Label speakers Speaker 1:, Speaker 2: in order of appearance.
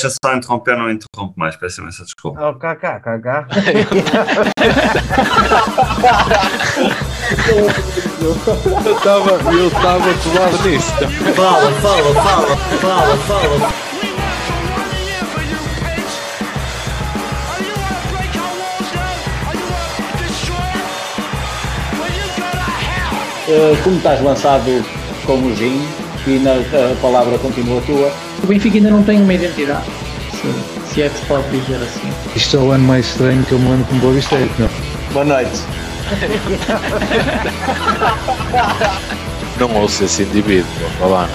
Speaker 1: deixa só interromper, não interrompo mais. Peço imensa desculpa.
Speaker 2: Ó, Kaká, Kaká.
Speaker 3: Eu tava, eu tava do lado disso.
Speaker 4: Fala, fala, fala, fala, fala.
Speaker 5: Uh, como estás lançado como o Jim, e na, a palavra continua tua,
Speaker 6: O Benfica ainda não tem uma identidade, se, se é que se pode dizer assim.
Speaker 3: Isto é o ano mais estranho que eu me lembro com Bob State, não?
Speaker 4: Boa noite.
Speaker 3: Não ouço esse indivíduo, vou falar.